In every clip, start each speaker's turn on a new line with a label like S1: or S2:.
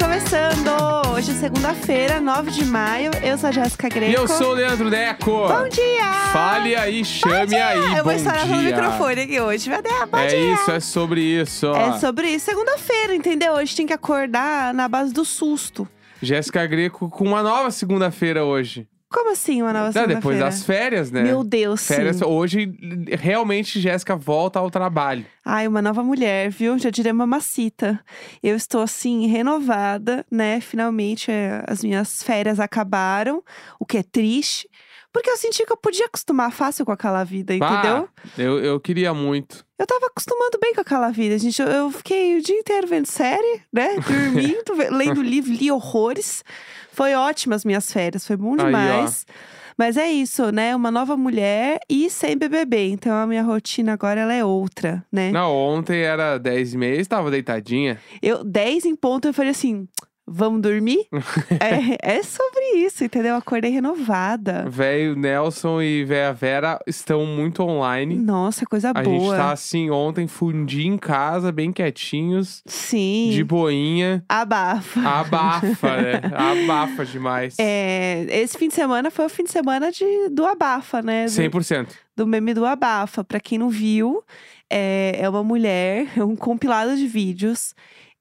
S1: começando! Hoje é segunda-feira, 9 de maio. Eu sou a Jéssica Greco.
S2: E eu sou o Leandro Deco.
S1: Bom dia!
S2: Fale aí, chame aí.
S1: Eu
S2: bom
S1: vou estourar no
S2: dia.
S1: microfone aqui hoje. Vai dar bom
S2: é
S1: dia!
S2: isso, é sobre isso. ó.
S1: É sobre isso. Segunda-feira, entendeu? Hoje tem que acordar na base do susto.
S2: Jéssica Greco com uma nova segunda-feira hoje.
S1: Como assim, uma nova
S2: Não,
S1: segunda-feira?
S2: depois das férias, né?
S1: Meu Deus, sim.
S2: Férias, hoje realmente Jéssica volta ao trabalho.
S1: Ai, uma nova mulher, viu? Já diria mamacita. Eu estou assim, renovada, né? Finalmente é, as minhas férias acabaram, o que é triste. Porque eu senti que eu podia acostumar fácil com aquela vida, entendeu?
S2: Ah, eu, eu queria muito.
S1: Eu tava acostumando bem com aquela vida, gente. Eu, eu fiquei o dia inteiro vendo série, né? Dormindo, ve- lendo livro, li horrores. Foi ótimo as minhas férias, foi bom
S2: Aí, ó.
S1: demais. Mas é isso, né? Uma nova mulher e sem BBB. Então a minha rotina agora ela é outra, né?
S2: Não, ontem era 10 e meia, estava deitadinha.
S1: Eu, 10 em ponto, eu falei assim: vamos dormir? é, é sobre isso, entendeu? Acordei renovada.
S2: Véio Nelson e Véia Vera estão muito online.
S1: Nossa, coisa
S2: Hum. A
S1: boa.
S2: gente tá assim, ontem fundi em casa, bem quietinhos,
S1: Sim.
S2: de Ah. boinha.
S1: Abafa.
S2: Abafa, né? Abafa demais.
S1: É, esse fim de semana foi o fim de semana de, do Abafa, né? Do,
S2: 100%.
S1: do meme do Abafa. Pra quem não viu, é, é uma mulher, é um compilado de vídeos.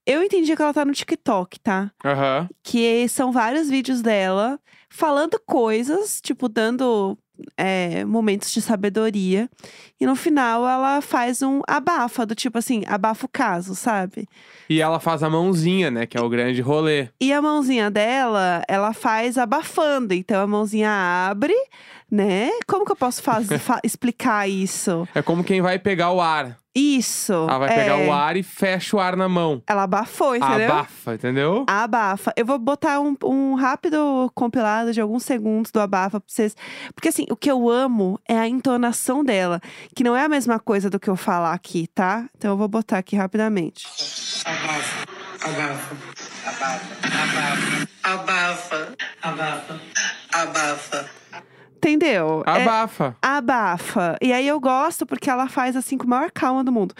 S1: Eu entendi que ela tá no TikTok, tá?
S2: Aham.
S1: que são vários vídeos dela falando coisas, tipo, dando é, momentos de sabedoria. E no final ela faz um abafa, do tipo assim, abafa o caso, sabe?
S2: E ela faz a mãozinha, né? Que é o grande rolê.
S1: E a mãozinha dela, ela faz abafando. Então a mãozinha abre, né? Como que eu posso faz, fa- explicar isso?
S2: É como quem vai pegar o ar.
S1: Isso.
S2: Ela Ah, vai
S1: é,
S2: pegar o ar e fecha o ar na mão.
S1: Ela abafou, entendeu?
S2: Abafa, entendeu?
S1: Abafa. Eu vou botar um, um rápido compilado de alguns segundos do Abafa pra vocês. Porque, assim, o que eu amo é a entonação dela, que não é a mesma coisa do que eu falar aqui, tá? Então eu vou botar aqui rapidamente.
S3: Abafa, abafa, abafa, abafa, abafa, abafa,
S1: Entendeu? É-
S2: Abafa.
S1: abafa. E aí eu gosto porque ela faz assim com a maior calma do mundo.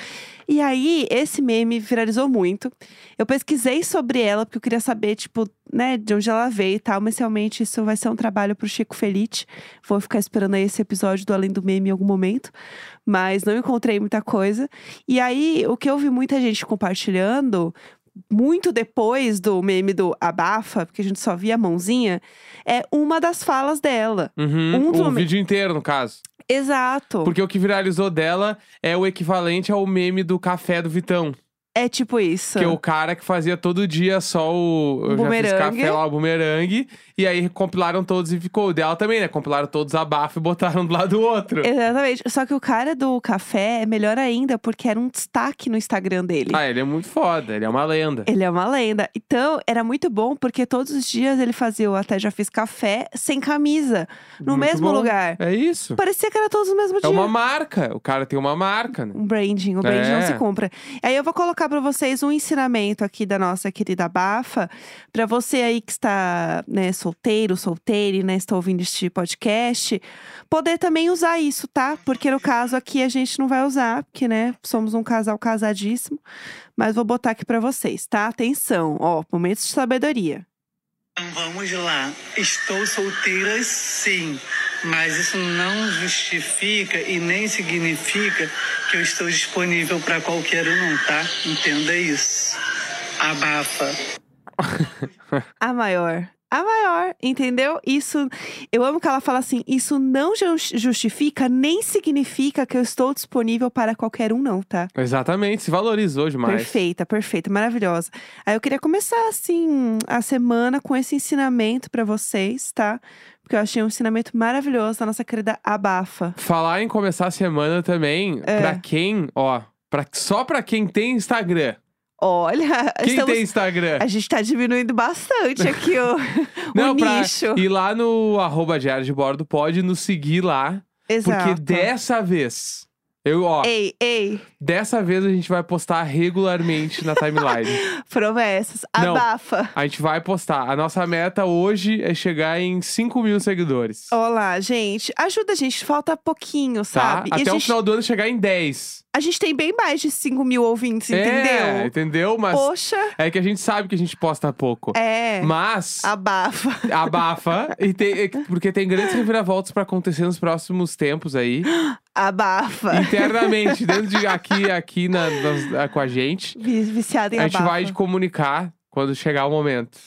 S1: E aí esse meme viralizou muito. Eu pesquisei sobre ela porque eu queria saber, tipo, né, de onde ela veio e tal, mas realmente isso vai ser um trabalho pro Chico Felite. Vou ficar esperando aí esse episódio do Além do Meme em algum momento, mas não encontrei muita coisa. E aí o que eu vi muita gente compartilhando muito depois do meme do abafa, porque a gente só via a mãozinha, é uma das falas dela.
S2: Uhum.
S1: Um
S2: o
S1: momento.
S2: vídeo inteiro, no caso.
S1: Exato.
S2: Porque o que viralizou dela é o equivalente ao meme do café do Vitão.
S1: É tipo isso.
S2: Que é o cara que fazia todo dia só o. Eu já
S1: Bumerangue.
S2: fiz café lá, o bumerangue. E aí compilaram todos e ficou. O dela também, né? Compilaram todos abafa e botaram do lado do outro.
S1: É. Exatamente. Só que o cara do café é melhor ainda, porque era um destaque no Instagram dele.
S2: Ah, ele é muito foda, ele é uma lenda.
S1: Ele é uma lenda. Então, era muito bom, porque todos os dias ele fazia o Até Já Fiz Café sem camisa, no
S2: Muito
S1: mesmo
S2: bom.
S1: lugar.
S2: É isso.
S1: Parecia que era todos no mesmo
S2: É
S1: dia.
S2: uma marca. O cara tem uma marca, né?
S1: Um branding, o branding não
S2: É.
S1: se compra. Aí eu vou colocar pra vocês um ensinamento aqui da nossa querida Bafa, Pra você aí que está, né, solteiro, solteira, e, né, está ouvindo este podcast, poder também usar isso, tá? Porque no caso aqui a gente não vai usar, porque, né, somos um casal casadíssimo, mas vou botar aqui pra vocês, tá? Atenção, ó, momentos de sabedoria.
S3: Vamos lá. Estou solteira sim, mas isso não justifica e nem significa que eu estou disponível para qualquer um, não, tá? Entenda isso. Abafa.
S1: A maior. A maior, entendeu? Isso. Eu amo que ela fala assim: isso não ju- justifica, nem significa que eu estou disponível para qualquer um, não, tá?
S2: Exatamente, se valorizou demais.
S1: Perfeita, perfeita, maravilhosa. Aí eu queria começar, assim, a semana com esse ensinamento para vocês, tá? Porque eu achei um ensinamento maravilhoso da nossa querida Abafa.
S2: Falar em começar a semana também,
S1: É.
S2: pra quem, ó, pra, só pra quem tem Instagram.
S1: Olha,
S2: Quem
S1: estamos-
S2: tem Instagram?
S1: a gente tá diminuindo bastante aqui o, o
S2: Não, pra
S1: nicho.
S2: ir lá no arroba diário de bordo, pode nos seguir lá.
S1: Exato. É.
S2: Porque dessa vez Eu, ó,
S1: Ei, ei,
S2: dessa vez a gente vai postar regularmente na timeline.
S1: promessas,
S2: Não.
S1: abafa.
S2: a gente vai postar. A nossa meta hoje é chegar em 5 mil seguidores.
S1: Olá, gente. Ajuda a gente, falta pouquinho,
S2: Tá?
S1: sabe? e a
S2: Até o
S1: gente,
S2: final do ano chegar em 10.
S1: a gente tem bem mais de 5 mil ouvintes,
S2: É,
S1: entendeu?
S2: entendeu? Mas
S1: Poxa,
S2: é que a gente sabe que a gente posta pouco.
S1: é.
S2: Mas
S1: Abafa.
S2: abafa, e tem- é que- porque tem grandes reviravoltas pra acontecer nos próximos tempos aí.
S1: Abafa.
S2: Internamente, dentro de aqui, aqui na- nas- a- com a gente.
S1: Vi- Viciada em
S2: a gente
S1: abafa.
S2: vai te comunicar quando chegar o momento.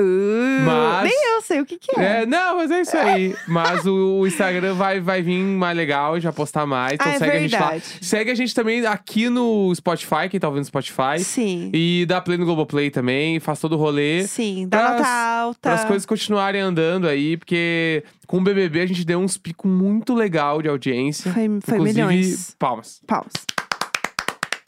S1: Uh,
S2: Mas-
S1: Nem eu sei o que, que é.
S2: É, não, mas é isso aí. Mas o, o Instagram vai, vai vir mais legal, a gente vai postar mais. Então
S1: Ah, é
S2: segue a gente lá.
S1: verdade.
S2: Segue a gente também aqui no Spotify, quem tá ouvindo no Spotify.
S1: Sim.
S2: E dá play no Globoplay também, faz todo o rolê.
S1: Sim, dá
S2: Pras-
S1: nota alta.
S2: Para as coisas continuarem andando aí, porque com o BBB a gente deu uns picos muito legal de audiência.
S1: Foi, foi
S2: inclusive,
S1: milhões.
S2: palmas.
S1: Paus.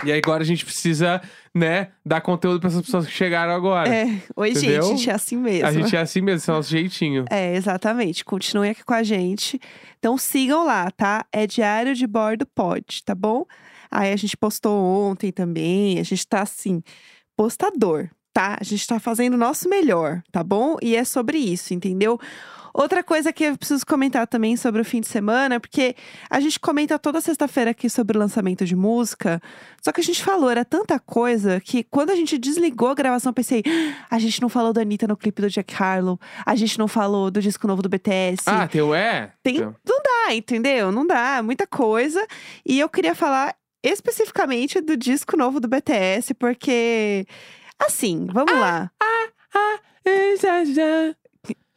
S2: E aí agora a gente precisa, né, dar conteúdo para essas pessoas que chegaram agora.
S1: É. Oi, gente,
S2: Entendeu?
S1: a gente é assim mesmo.
S2: a gente é assim mesmo, esse é o nosso jeitinho.
S1: É, exatamente. Continuem aqui com a gente. Então sigam lá, tá? É Diário de Bordo Pod, tá bom? Aí a gente postou ontem também. A gente tá assim, postador, tá? A gente tá fazendo o nosso melhor, tá bom? E é sobre isso, entendeu? Outra coisa que eu preciso comentar também sobre o fim de semana, porque a gente comenta toda sexta-feira aqui sobre o lançamento de música. Só que a gente falou, era tanta coisa que quando a gente desligou a gravação, eu pensei, "Ah, a gente não falou da Anitta no clipe do Jack Harlow, a gente não falou do disco novo do BTS.
S2: Ah, teu é?
S1: Tem-
S2: Então,
S1: Não dá, entendeu? Não dá, muita coisa. E eu queria falar especificamente do disco novo do BTS, porque. Assim, vamos lá.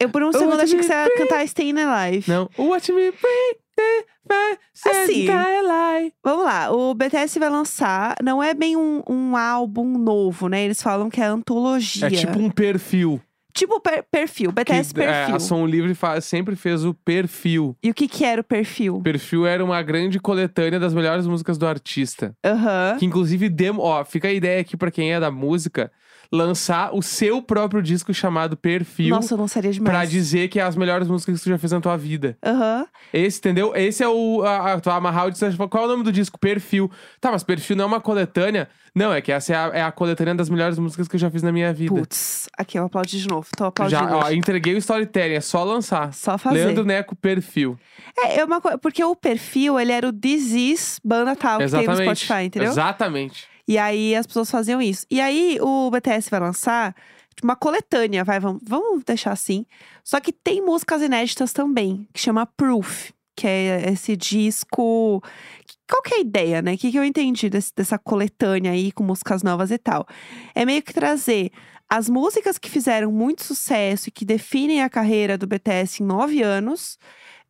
S1: Eu por um
S2: Hoje
S1: segundo achei
S2: me
S1: que você ia cantar Stay in Alive.
S2: Não. What me eh, break the first
S1: Assim.
S2: time I é lie.
S1: Vamos lá, o BTS vai lançar, não é bem um, um álbum novo, né? Eles falam que é antologia.
S2: É tipo um perfil.
S1: Tipo per- perfil, BTS
S2: que, é,
S1: perfil.
S2: a Som Livre fa- sempre fez o perfil.
S1: E o que que era o perfil?
S2: O perfil era uma grande coletânea das melhores músicas do artista.
S1: Aham.
S2: Que inclusive demo, ó, fica a ideia aqui pra quem é da música, lançar o seu próprio disco chamado Perfil
S1: Nossa, eu lançaria
S2: pra
S1: demais.
S2: dizer que é as melhores músicas que tu já fez na tua vida.
S1: Aham.
S2: Esse, entendeu? Esse é o. A, a, tu vai amarrar o disco. tipo, Qual é o nome do disco? Perfil. Tá, mas perfil não é uma coletânea. Não, é que essa é a, é a coletânea das melhores músicas que eu já fiz na minha vida.
S1: Putz, aqui eu aplaudi de novo. Tô aplaudindo.
S2: já, ó,
S1: hoje.
S2: entreguei o storytelling, é só lançar.
S1: Só fazer.
S2: Leandro Neco, perfil.
S1: É, é uma coisa. Porque o perfil, ele era o Disease Banda Tal É que tem
S2: Exatamente.
S1: no Spotify, entendeu?
S2: Exatamente.
S1: E aí as pessoas faziam isso. E aí o BTS vai lançar tipo, uma coletânea, vai, vamos, vamos deixar assim. Só que tem músicas inéditas também, que chama Proof. Que é esse disco. Qual que é a ideia, né? O que, que eu entendi desse- dessa coletânea aí com músicas novas e tal? É meio que trazer as músicas que fizeram muito sucesso e que definem a carreira do BTS em nove anos,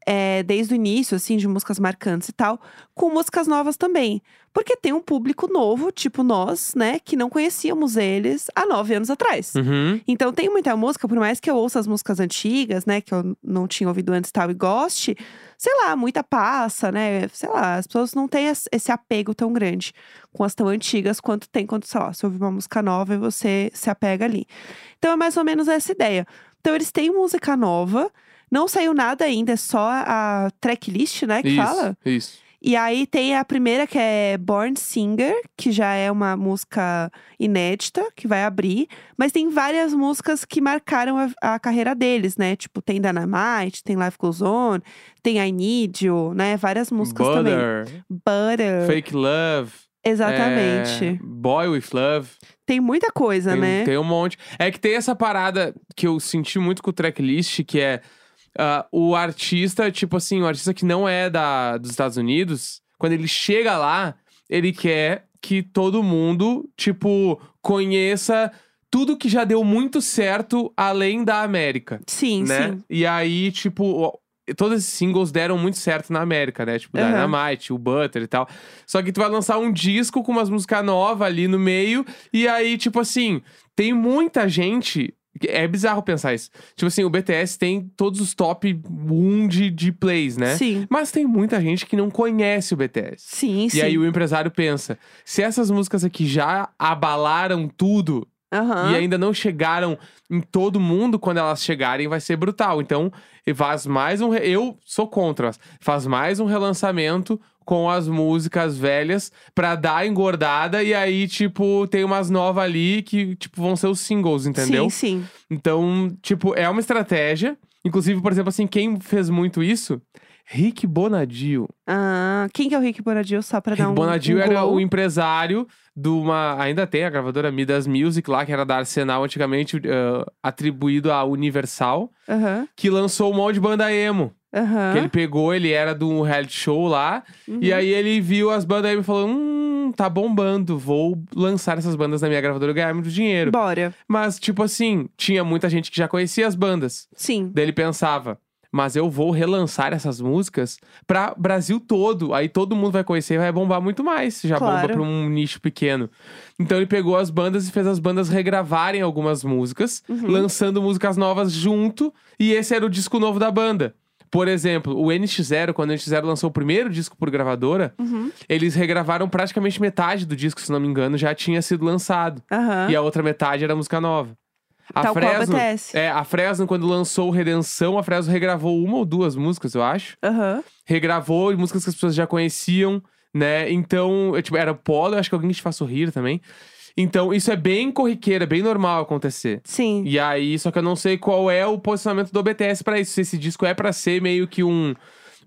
S1: é, desde o início, assim, de músicas marcantes e tal, com músicas novas também. Porque tem um público novo, tipo nós, né, que não conhecíamos eles há nove anos atrás.
S2: Uhum.
S1: Então tem muita música, por mais que eu ouça as músicas antigas, né, que eu não tinha ouvido antes e tal e goste, sei lá, muita passa, né? Sei lá, as pessoas não têm es- esse apego tão grande com as tão antigas quanto tem quando, sei lá, você ouve uma música nova e você se apega ali. Então é mais ou menos essa ideia. Então eles têm música nova, não saiu nada ainda, é só a tracklist, né, que
S2: isso,
S1: fala.
S2: Uhum. Isso.
S1: E aí tem a primeira que é Born Singer, que já é uma música inédita, que vai abrir. Mas tem várias músicas que marcaram a, a carreira deles, né? Tipo, tem Dynamite, tem Life Goes On, tem I Need You, né? Várias músicas também.
S2: Butter,
S1: Butter.
S2: Fake Love.
S1: Exatamente.
S2: é, Boy with Love.
S1: Tem muita coisa,
S2: Tem,
S1: né?
S2: tem um monte. É que tem essa parada que eu senti muito com o tracklist, que é ah, o artista, tipo assim, o artista que não é da, dos Estados Unidos, quando ele chega lá, ele quer que todo mundo, tipo, conheça tudo que já deu muito certo além da América,
S1: Sim,
S2: né?
S1: sim.
S2: E aí, tipo, ó, todos esses singles deram muito certo na América, né? Tipo,
S1: Aham.
S2: Dynamite, o Butter e tal. Só que tu vai lançar um disco com umas músicas novas ali no meio. E aí, tipo assim, tem muita gente. É bizarro pensar isso. Tipo assim, o BTS tem todos os top 1 de, de plays, né?
S1: Sim.
S2: Mas tem muita gente que não conhece o BTS.
S1: Sim, sim.
S2: E aí o empresário pensa, se essas músicas aqui já abalaram tudo,
S1: Aham.
S2: e ainda não chegaram em todo mundo, quando elas chegarem vai ser brutal. Então, faz mais um. re- Eu sou contra, mas faz mais um relançamento com as músicas velhas pra dar engordada e aí, tipo, tem umas novas ali que, tipo, vão ser os singles, entendeu?
S1: Sim, sim.
S2: Então, tipo, é uma estratégia. Inclusive, por exemplo, assim, quem fez muito isso? Rick Bonadio.
S1: Ah, quem que é o Rick Bonadio? Só pra dar
S2: Rick
S1: um.
S2: Bonadio
S1: um
S2: era
S1: gol.
S2: o empresário de uma. Ainda tem a gravadora Midas Music lá, que era da Arsenal antigamente, eh, atribuído à Universal,
S1: Aham,
S2: que lançou um monte de banda emo.
S1: ahã.
S2: Que ele pegou, ele era de um reality show lá. E
S1: Uhum.
S2: aí ele viu as bandas emo e falou: Hum, tá bombando, vou lançar essas bandas na minha gravadora e ganhar muito dinheiro.
S1: Bora.
S2: Mas, tipo assim, tinha muita gente que já conhecia as bandas.
S1: Sim.
S2: Daí ele pensava, mas eu vou relançar essas músicas pra Brasil todo. Aí todo mundo vai conhecer e vai bombar muito mais. Já bomba
S1: Claro.
S2: pra um nicho pequeno. Então ele pegou as bandas e fez as bandas regravarem algumas músicas,
S1: Uhum.
S2: lançando músicas novas junto. E esse era o disco novo da banda. Por exemplo, o NX0, quando o NX0 lançou o primeiro disco por gravadora,
S1: Uhum.
S2: eles regravaram praticamente metade do disco, se não me engano, já tinha sido lançado.
S1: Aham.
S2: E a outra metade era música nova. A
S1: Tal qual a
S2: Fresno,
S1: BTS.
S2: é, a Fresno, quando lançou o Redenção, a Fresno regravou uma ou duas músicas, eu acho.
S1: Aham.
S2: Regravou e músicas que as pessoas já conheciam, né? Então, eu, tipo, era polo, eu acho que alguém te faço rir também. Então, isso é bem corriqueiro, é bem normal acontecer.
S1: Sim.
S2: E aí, só que eu não sei qual é o posicionamento do BTS pra isso. Se esse disco é pra ser meio que um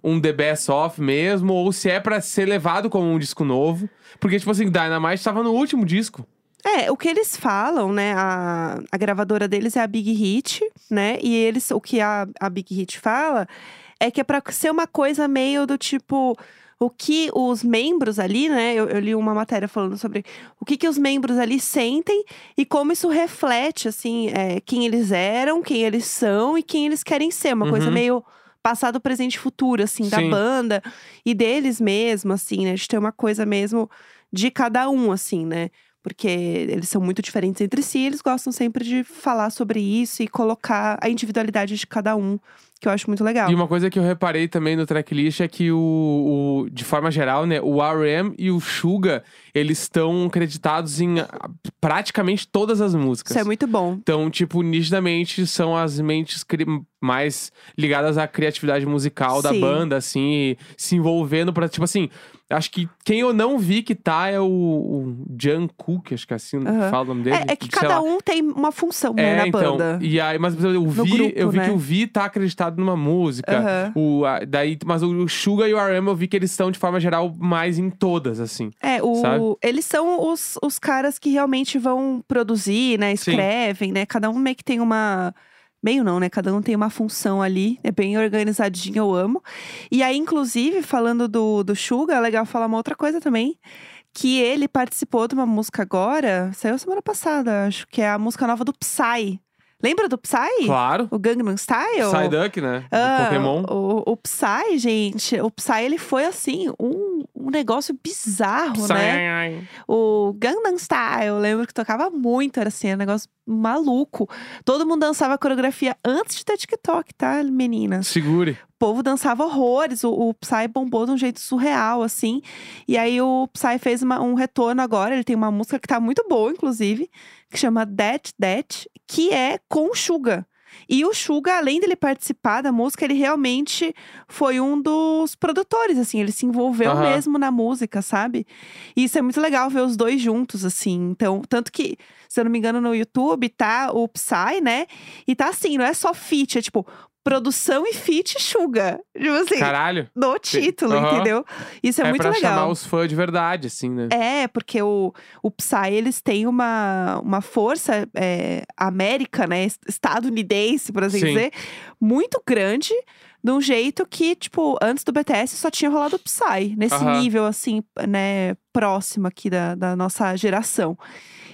S2: um The Best Of mesmo, ou se é pra ser levado como um disco novo. Porque, tipo assim, Dynamite tava no último disco.
S1: É, o que eles falam, né? A, a gravadora deles é a Big Hit, né? E eles, o que a, a Big Hit fala é que é pra ser uma coisa meio do tipo. O que os membros ali, né? Eu, eu li uma matéria falando sobre o que, que os membros ali sentem e como isso reflete, assim, é, quem eles eram, quem eles são e quem eles querem ser. Uma coisa
S2: Uhum.
S1: meio passado, presente e futuro, assim, da
S2: Sim.
S1: banda e deles mesmo, assim, né? De ter uma coisa mesmo de cada um, assim, né? Porque eles são muito diferentes entre si, eles gostam sempre de falar sobre isso e colocar a individualidade de cada um, que eu acho muito legal.
S2: E uma coisa que eu reparei também no tracklist é que o, o- de forma geral, né, o RM e o Suga, eles estão creditados em ah, praticamente todas as músicas.
S1: Isso é muito bom.
S2: Então, tipo, nitidamente são as mentes cri- mais ligadas à criatividade musical da
S1: Sim.
S2: banda, assim, e se envolvendo pra, tipo assim, acho que quem eu não vi que tá é o, o Jungkook, acho que é assim
S1: Aham.
S2: fala o nome dele.
S1: É, é que
S2: sei lá.
S1: cada um tem uma função, né, na
S2: então,
S1: banda.
S2: E aí, mas por exemplo, eu
S1: No
S2: vi,
S1: grupo,
S2: eu vi
S1: né?
S2: que o Vi tá acreditado numa música. O, a- daí, mas o Suga e o RM eu vi que eles estão, de forma geral, mais em todas, assim.
S1: É, o,
S2: Sabe?
S1: eles são os, os caras que realmente vão produzir, né?
S2: Sim.
S1: Escrevem, né? Cada um meio que tem uma. Meio não, né? Cada um tem uma função ali. É bem organizadinho, eu amo. E aí, inclusive, falando do, do Suga, é legal falar uma outra coisa também. Que ele participou de uma música agora, saiu semana passada, acho, que é a música nova do Psy. Lembra do Psy?
S2: Claro.
S1: O Gangnam Style?
S2: Psyduck, né? do
S1: Ah,
S2: Pokémon.
S1: O, o Psy, gente, o Psy ele foi assim, um, um negócio bizarro, né? O Gangnam Style, eu lembro que tocava muito, era assim, era um negócio maluco. Todo mundo dançava a coreografia antes de ter TikTok, tá, meninas?
S2: Segure.
S1: O povo dançava horrores, o, o Psy bombou de um jeito surreal, assim. E aí o Psy fez uma- um retorno agora, ele tem uma música que tá muito boa, inclusive, que chama That That, que é com o Suga. E o Suga, além dele participar da música, ele realmente foi um dos produtores, assim. Ele se envolveu
S2: Aham.
S1: mesmo na música, sabe? E isso é muito legal ver os dois juntos, assim. Então, tanto que, se eu não me engano, no YouTube tá o Psy, né? E tá assim, não é só feat, é tipo produção e feat Suga. Tipo assim,
S2: Caralho.
S1: no título,
S2: Aham.
S1: entendeu? Isso é, muito
S2: pra
S1: legal.
S2: chamar os fãs de verdade, assim, né?
S1: É, porque o, o Psy, eles têm uma, uma força é, América, né? est- Estadunidense, por assim
S2: Sim.
S1: dizer, muito grande, de um jeito que, tipo, antes do BTS só tinha rolado o Psy, nesse
S2: Aham.
S1: nível, assim, né, próximo aqui da, da nossa geração.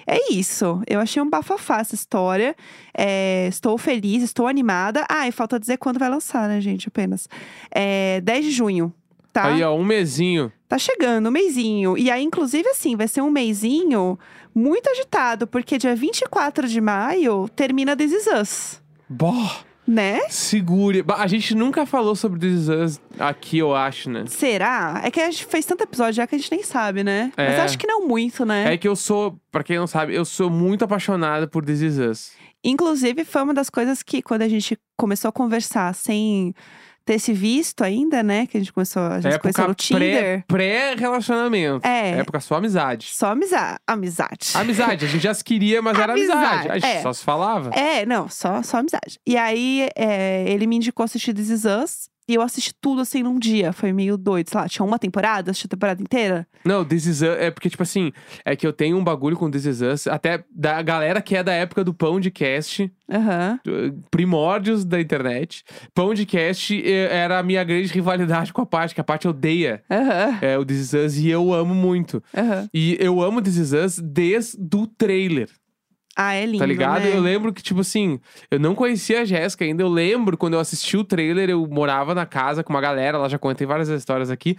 S1: É isso. Eu achei um bafafá essa história. É, estou feliz, estou animada. Ah, e falta dizer quando vai lançar, né, gente? Apenas. É, 10 de junho. Tá?
S2: Aí, ó, um mesinho.
S1: Tá chegando, um mêsinho. E aí, inclusive, assim, vai ser um mêsinho muito agitado, porque dia 24 de maio termina This Is Us,
S2: Boh,
S1: né?
S2: segure. Bah, A gente nunca falou sobre This Is Us aqui, eu acho, né?
S1: Será? É que a gente fez tanto episódio já que a gente nem sabe, né?
S2: É.
S1: Mas acho que não muito, né?
S2: É que eu sou, pra quem não sabe, eu sou muito apaixonado por This Is Us.
S1: Inclusive, foi uma das coisas que, quando a gente começou a conversar sem ter se visto ainda, né? Que a gente começou, a gente se conheceu
S2: época
S1: no
S2: pré-
S1: Tinder.
S2: pré-relacionamento.
S1: É.
S2: Época só amizade.
S1: Só amizade. amizade.
S2: Amizade, a gente já se queria, mas era amizade.
S1: Amizade,
S2: A gente
S1: é.
S2: só se falava.
S1: É, não, só, só amizade. E aí, é, ele me indicou assistir This Is Us. E eu assisti tudo, assim, num dia. Foi meio doido, sei lá. Tinha uma temporada, assisti a temporada inteira.
S2: Não, This Is Us, é porque, tipo assim, é que eu tenho um bagulho com This Is Us, até da galera que é da época do pão de cast,
S1: Aham.
S2: eh, primórdios da internet. Pão de cast eh, era a minha grande rivalidade com a Paty, que a Paty odeia
S1: Aham.
S2: é, o This Is Us e eu amo muito.
S1: Aham.
S2: E eu amo This Is Us desde o trailer,
S1: Ah, é lindo.
S2: tá ligado?
S1: né?
S2: Eu lembro que, tipo assim, eu não conhecia a Jéssica ainda. Eu lembro quando eu assisti o trailer, eu morava na casa com uma galera, lá já contei várias histórias aqui.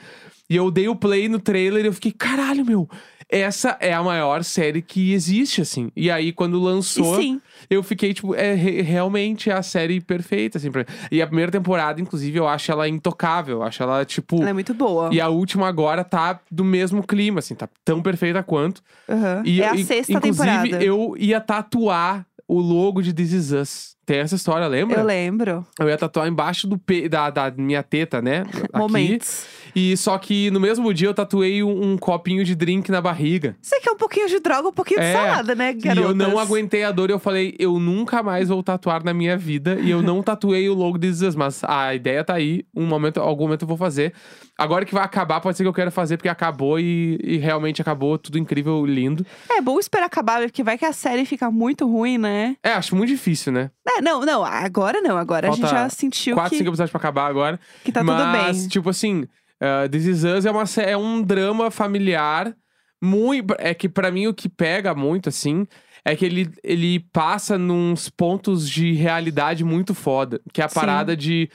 S2: E eu dei o play no trailer e eu fiquei, caralho, meu, essa é a maior série que existe, assim. E aí, quando lançou,
S1: E sim.
S2: eu fiquei, tipo, é re- realmente a série perfeita, assim. pra mim. E a primeira temporada, inclusive, eu acho ela intocável. Eu acho ela, tipo.
S1: Ela é muito boa.
S2: E a última agora tá do mesmo clima, assim, tá tão perfeita quanto.
S1: Aham.
S2: E,
S1: é a
S2: e-
S1: sexta
S2: inclusive,
S1: temporada.
S2: eu ia tatuar o logo de This Is Us. Tem essa história, lembra?
S1: Eu lembro.
S2: Eu ia tatuar embaixo do pe... da, da minha teta, né? Aqui.
S1: Momentos.
S2: E só que no mesmo dia eu tatuei um, um copinho de drink na barriga.
S1: Isso aqui é um pouquinho de droga, um pouquinho de
S2: É.
S1: salada, né, garotas?
S2: E eu não aguentei a dor e eu falei, eu nunca mais vou tatuar na minha vida. E eu não tatuei o logo de This Is Us, mas a ideia tá aí. Um momento, algum momento eu vou fazer. Agora que vai acabar, pode ser que eu quero fazer, porque acabou e, e realmente acabou. Tudo incrível, lindo.
S1: É bom esperar acabar, porque vai que a série fica muito ruim, né?
S2: É, acho muito difícil, né?
S1: É, não, não, agora não. Agora a gente
S2: Falta
S1: já sentiu
S2: Quatro,
S1: que,
S2: cinco episódios pra acabar agora.
S1: que tá
S2: Mas,
S1: tudo bem.
S2: tipo assim, uh, This Is Us é, uma, sé- é um drama familiar. Muito, é que pra mim o que pega muito, assim, é que ele, ele passa nos pontos de realidade muito foda. Que é a
S1: Sim.
S2: parada de.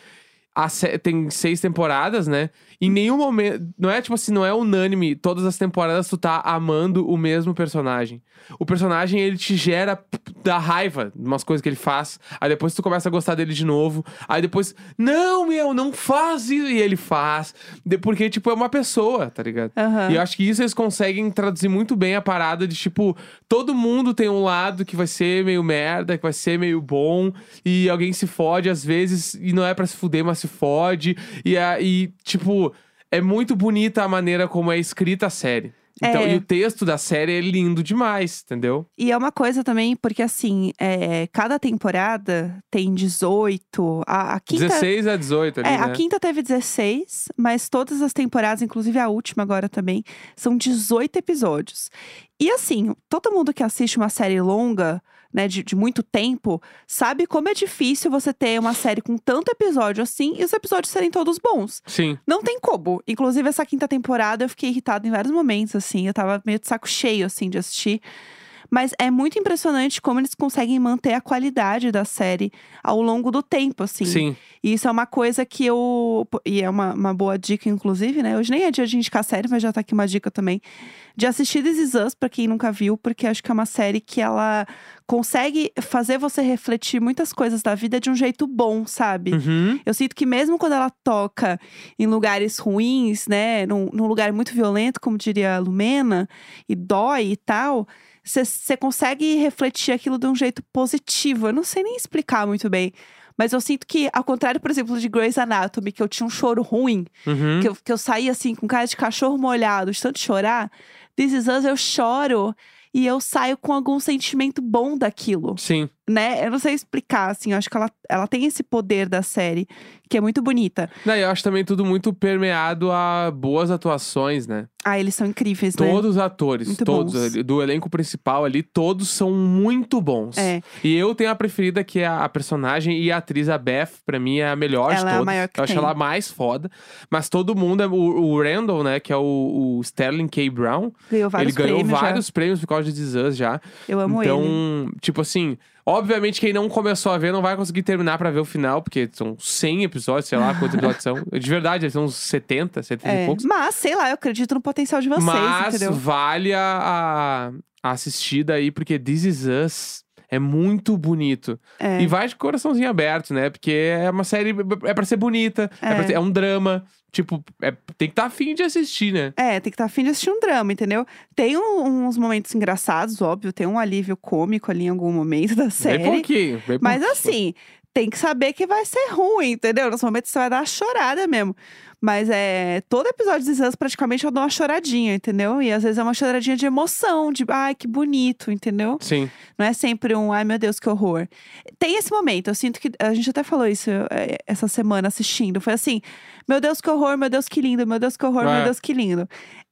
S2: a sé- tem seis temporadas, né? Em nenhum momento. Não é tipo assim, não é unânime. Todas as temporadas tu tá amando o mesmo personagem. O personagem, ele te gera p- da raiva de umas coisas que ele faz. Aí depois tu começa a gostar dele de novo. Aí depois, não, meu, não faz isso. E ele faz. De- Porque, tipo, é uma pessoa, tá ligado?
S1: Aham.
S2: E eu acho que isso eles conseguem traduzir muito bem a parada de, tipo, todo mundo tem um lado que vai ser meio merda, que vai ser meio bom, e alguém se fode às vezes, e não é pra se fuder, mas se fode. E, a- e tipo, é muito bonita a maneira como é escrita a série. Então,
S1: É.
S2: E o texto da série é lindo demais, entendeu?
S1: E é uma coisa também, porque assim, é, cada temporada tem 18. A, a quinta.
S2: 16 a 18 ali,
S1: é,
S2: né?
S1: a quinta teve 16, mas todas as temporadas, inclusive a última agora também, são 18 episódios. E assim, todo mundo que assiste uma série longa, né, de, de muito tempo, sabe como é difícil você ter uma série com tanto episódio assim e os episódios serem todos bons.
S2: Sim.
S1: Não tem como. Inclusive, essa quinta temporada eu fiquei irritada em vários momentos, assim. Eu tava meio de saco cheio, assim, de assistir. Mas é muito impressionante como eles conseguem manter a qualidade da série ao longo do tempo, assim.
S2: Sim.
S1: E isso é uma coisa que eu. E é uma, uma boa dica, inclusive, né? Hoje nem é dia de indicar série, mas já tá aqui uma dica também. De assistir This Is Us, pra quem nunca viu, porque acho que é uma série que ela consegue fazer você refletir muitas coisas da vida de um jeito bom, sabe?
S2: Uhum.
S1: Eu sinto que mesmo quando ela toca em lugares ruins, né? Num, num lugar muito violento, como diria a Lumena, e dói e tal, você consegue refletir aquilo de um jeito positivo. Eu não sei nem explicar muito bem. Mas eu sinto que, ao contrário, por exemplo, de Grey's Anatomy, que eu tinha um choro ruim,
S2: Uhum.
S1: que, eu, que eu saí assim, com cara de cachorro molhado, de tanto chorar, This Is Us, eu choro e eu saio com algum sentimento bom daquilo
S2: Sim.
S1: né? Eu não sei explicar, assim. Eu acho que ela, ela tem esse poder da série, que é muito bonita.
S2: Não, eu acho também tudo muito permeado a boas atuações, né?
S1: Ah, eles são incríveis, né?
S2: Todos os atores,
S1: Muito
S2: todos
S1: bons.
S2: ali, do elenco principal ali, todos são muito bons.
S1: É.
S2: E eu tenho a preferida que é a, a personagem e a atriz, a Beth, pra mim é a melhor de
S1: Ela é a
S2: todas.
S1: maior que
S2: eu acho
S1: tem.
S2: ela a mais foda. Mas todo mundo, é- o, o Randall, né, que é o, o Sterling K. Brown,
S1: Ganhou vários
S2: ele ganhou
S1: prêmios já.
S2: vários prêmios por causa de This Us já.
S1: Eu amo
S2: então,
S1: ele.
S2: tipo assim, obviamente quem não começou a ver não vai conseguir terminar pra ver o final, porque são 100 episódios, sei lá quantos episódios são. De verdade, são uns 70, 70
S1: É.
S2: e poucos.
S1: Mas, sei lá, eu acredito no potencial de vocês,
S2: Mas
S1: entendeu?
S2: vale a, a- a assistida aí, porque This Is Us é muito bonito.
S1: É.
S2: E vai de coraçãozinho aberto, né? Porque é uma série, é pra ser bonita, é,
S1: É.
S2: pra ser- é um drama. Tipo, é- tem que estar afim de assistir, né?
S1: É, tem que estar afim de assistir um drama, entendeu? Tem um- uns momentos engraçados, óbvio. Tem um alívio cômico ali em algum momento da série.
S2: Bem pouquinho. Bem
S1: Mas
S2: pouquinho.
S1: assim, tem que saber que vai ser ruim, entendeu? Nos momentos você vai dar uma chorada mesmo. Mas é. Todo episódio de Sans, praticamente, eu dou uma choradinha, entendeu? E às vezes é uma choradinha de emoção, de ai, que bonito, entendeu?
S2: Sim.
S1: Não é sempre um, ai meu Deus, que horror. Tem esse momento, eu sinto que. A gente até falou isso eh, essa semana assistindo. Foi assim: meu Deus, que horror, meu Deus, que lindo, meu Deus, que horror,
S2: É.
S1: meu Deus, que lindo.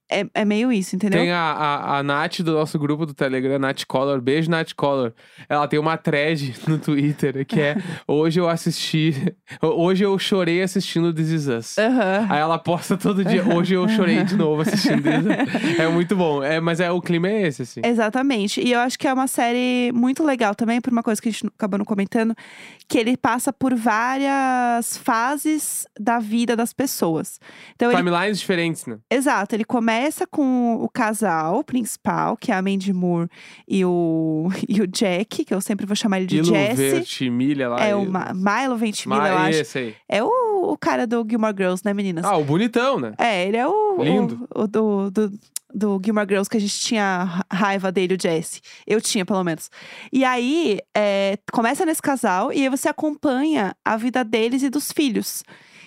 S1: É, é meio isso, entendeu?
S2: Tem a, a, a Nath do nosso grupo do Telegram, Nath Collor. Beijo, Nath Collor. Ela tem uma thread no Twitter que é Hoje eu assisti. Hoje eu chorei assistindo This Is Us.
S1: Aham.
S2: Aí ela posta todo dia. Hoje eu chorei de novo assistindo This Is Us. É muito bom. É, mas é, o clima é esse, assim.
S1: Exatamente. E eu acho que é uma série muito legal também, por uma coisa que a gente não- acabou não comentando, que ele passa por várias fases da vida das pessoas. Então, ele
S2: Timelines diferentes, né?
S1: Exato, ele começa com o casal principal, que é a Mandy Moore e o, e o Jack, que eu sempre vou chamar ele de
S2: Ilo
S1: Jesse.
S2: Verde, Milha lá.
S1: É
S2: isso.
S1: o Ma Milo Ventimiglia,
S2: Mas
S1: eu acho.
S2: esse aí.
S1: É o, o cara do Gilmore Girls, né, meninas?
S2: Ah, o bonitão, né?
S1: É, ele é o,
S2: Lindo.
S1: o, o do, do, do Gilmore Girls que a gente tinha ra- raiva dele, o Jesse. Eu tinha, pelo menos. E aí, é, começa nesse casal e aí você acompanha a vida deles e dos filhos.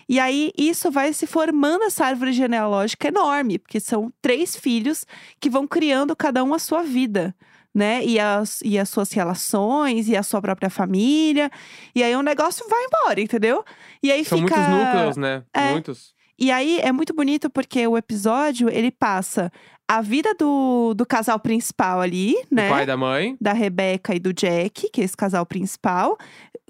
S1: E aí, isso vai se formando essa árvore genealógica enorme, porque são três filhos que vão criando cada um a sua vida, né? E as, e as suas relações, e a sua própria família. E aí, o negócio vai embora, entendeu? E aí
S2: São
S1: fica.
S2: muitos núcleos, né?
S1: É.
S2: Muitos.
S1: E aí é muito bonito porque o episódio ele passa a vida do, do casal principal ali,
S2: O
S1: né?
S2: pai da mãe.
S1: Da Rebeca e do Jack, que é esse casal principal,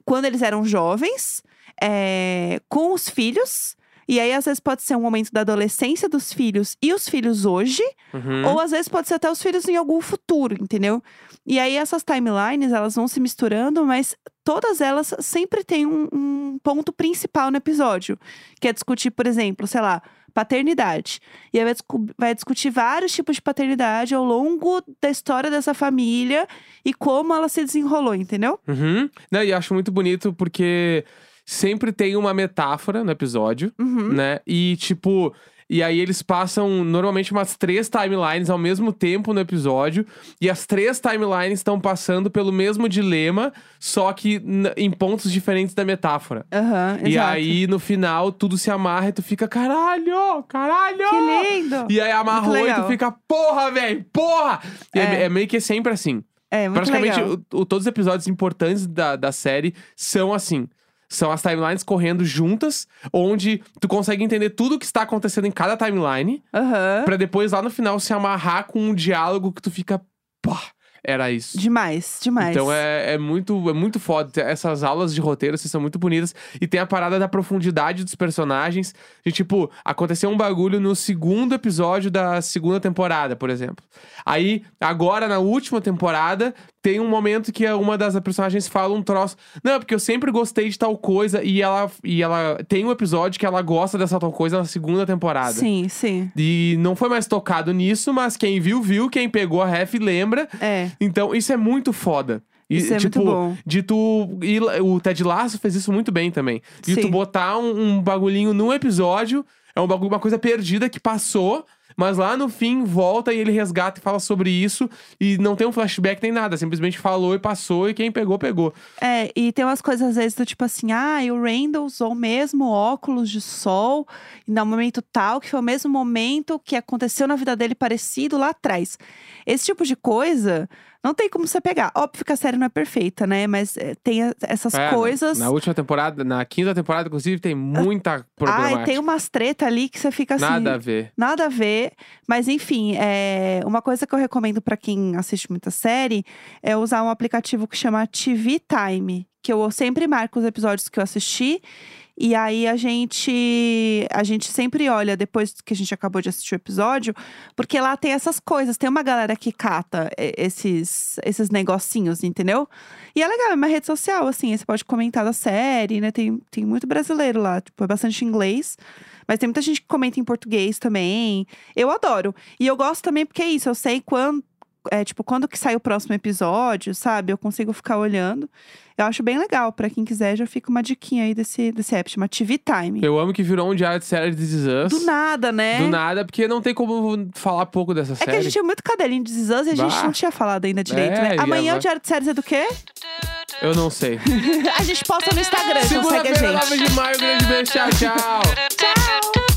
S1: quando eles eram jovens, é, com os filhos. E aí, às vezes, pode ser um momento da adolescência dos filhos e os filhos hoje,
S2: Uhum.
S1: ou às vezes pode ser até os filhos em algum futuro, entendeu? E aí essas timelines, elas vão se misturando, mas todas elas sempre têm um, um ponto principal no episódio. Que é discutir, por exemplo, sei lá, paternidade. E aí vai, discu- vai discutir vários tipos de paternidade ao longo da história dessa família e como ela se desenrolou, entendeu?
S2: Uhum. Não, e acho muito bonito porque sempre tem uma metáfora no episódio,
S1: Uhum.
S2: né? E tipo. E aí eles passam normalmente umas três timelines ao mesmo tempo no episódio. E as três timelines estão passando pelo mesmo dilema, só que n- em pontos diferentes da metáfora.
S1: Aham,
S2: E
S1: exato.
S2: aí, no final, tudo se amarra e tu fica, caralho, caralho!
S1: Que lindo!
S2: E aí amarrou
S1: Muito
S2: e tu
S1: legal.
S2: fica, porra, velho, porra! E é.
S1: É.
S2: é meio que sempre assim.
S1: É, muito
S2: Praticamente
S1: legal.
S2: o- o- todos os episódios importantes da, da série são assim. São as timelines correndo juntas, onde tu consegue entender tudo o que está acontecendo em cada timeline,
S1: Aham.
S2: Pra depois lá no final se amarrar com um diálogo que tu fica, pá, era isso.
S1: Demais, demais.
S2: Então é, é muito é muito foda. Essas aulas de roteiro assim, são muito bonitas. E tem a parada da profundidade dos personagens. De tipo, aconteceu um bagulho no segundo episódio da segunda temporada, por exemplo. Aí, agora, na última temporada, tem um momento que uma das personagens fala um troço. Não, porque eu sempre gostei de tal coisa. E ela, e ela tem um episódio que ela gosta dessa tal coisa na segunda temporada.
S1: Sim, sim.
S2: E não foi mais tocado nisso, mas quem viu, viu. Quem pegou a ref lembra.
S1: É.
S2: Então, isso é muito foda. E,
S1: Isso é muito
S2: tipo,
S1: bom.
S2: De tu. ir lá- o Ted Lasso fez isso muito bem também. De tu
S1: Sim.
S2: botar um, um bagulhinho num episódio, é um bagulho, uma coisa perdida que passou, mas lá no fim volta e ele resgata e fala sobre isso. E não tem um flashback nem nada. Simplesmente falou e passou, e quem pegou, pegou.
S1: É, e tem umas coisas às vezes do tipo assim, ah, e o Randall usou o mesmo óculos de sol no momento tal, que foi o mesmo momento que aconteceu na vida dele parecido lá atrás. Esse tipo de coisa não tem como você pegar. Óbvio que a série não é perfeita, né? Mas é, tem a- essas
S2: É, na-
S1: coisas.
S2: Na, última temporada, na quinta temporada, inclusive, tem muita problemática.
S1: ah, e tem umas treta ali que você fica assim.
S2: Nada a ver.
S1: Nada a ver, mas enfim, é, uma coisa que eu recomendo pra quem assiste muita série é usar um aplicativo que chama TV Time, que eu sempre marco os episódios que eu assisti e aí a gente a gente sempre olha depois que a gente acabou de assistir o episódio, porque lá tem essas coisas, tem uma galera que cata é, esses esses negocinhos, entendeu? E é legal, é uma rede social assim, aí você pode comentar da série, né? Tem tem muito brasileiro lá, tipo, é bastante inglês. Mas tem muita gente que comenta em português também. Eu adoro. E eu gosto também porque é isso, eu sei quando. É, tipo, quando que sai o próximo episódio, sabe? Eu consigo ficar olhando. Eu acho bem legal. pra quem quiser, já fica uma diquinha aí desse, desse app, chama TV Time.
S2: Eu amo que virou um diário de série de This Is Us.
S1: Do nada, né?
S2: Do nada, porque não tem como falar pouco dessa
S1: É
S2: série.
S1: que a gente é muito cadelinho de Zizãs e a gente
S2: Bah.
S1: não tinha falado ainda direito,
S2: É,
S1: né?
S2: já
S1: Amanhã
S2: vai.
S1: o Diário de Séries é do quê?
S4: do do do
S2: Eu não sei.
S1: A gente posta no Instagram, então segue a
S2: Segunda-feira, 9
S1: gente.
S2: de maio. Grande beijo. Tchau, tchau.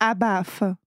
S1: Abafa.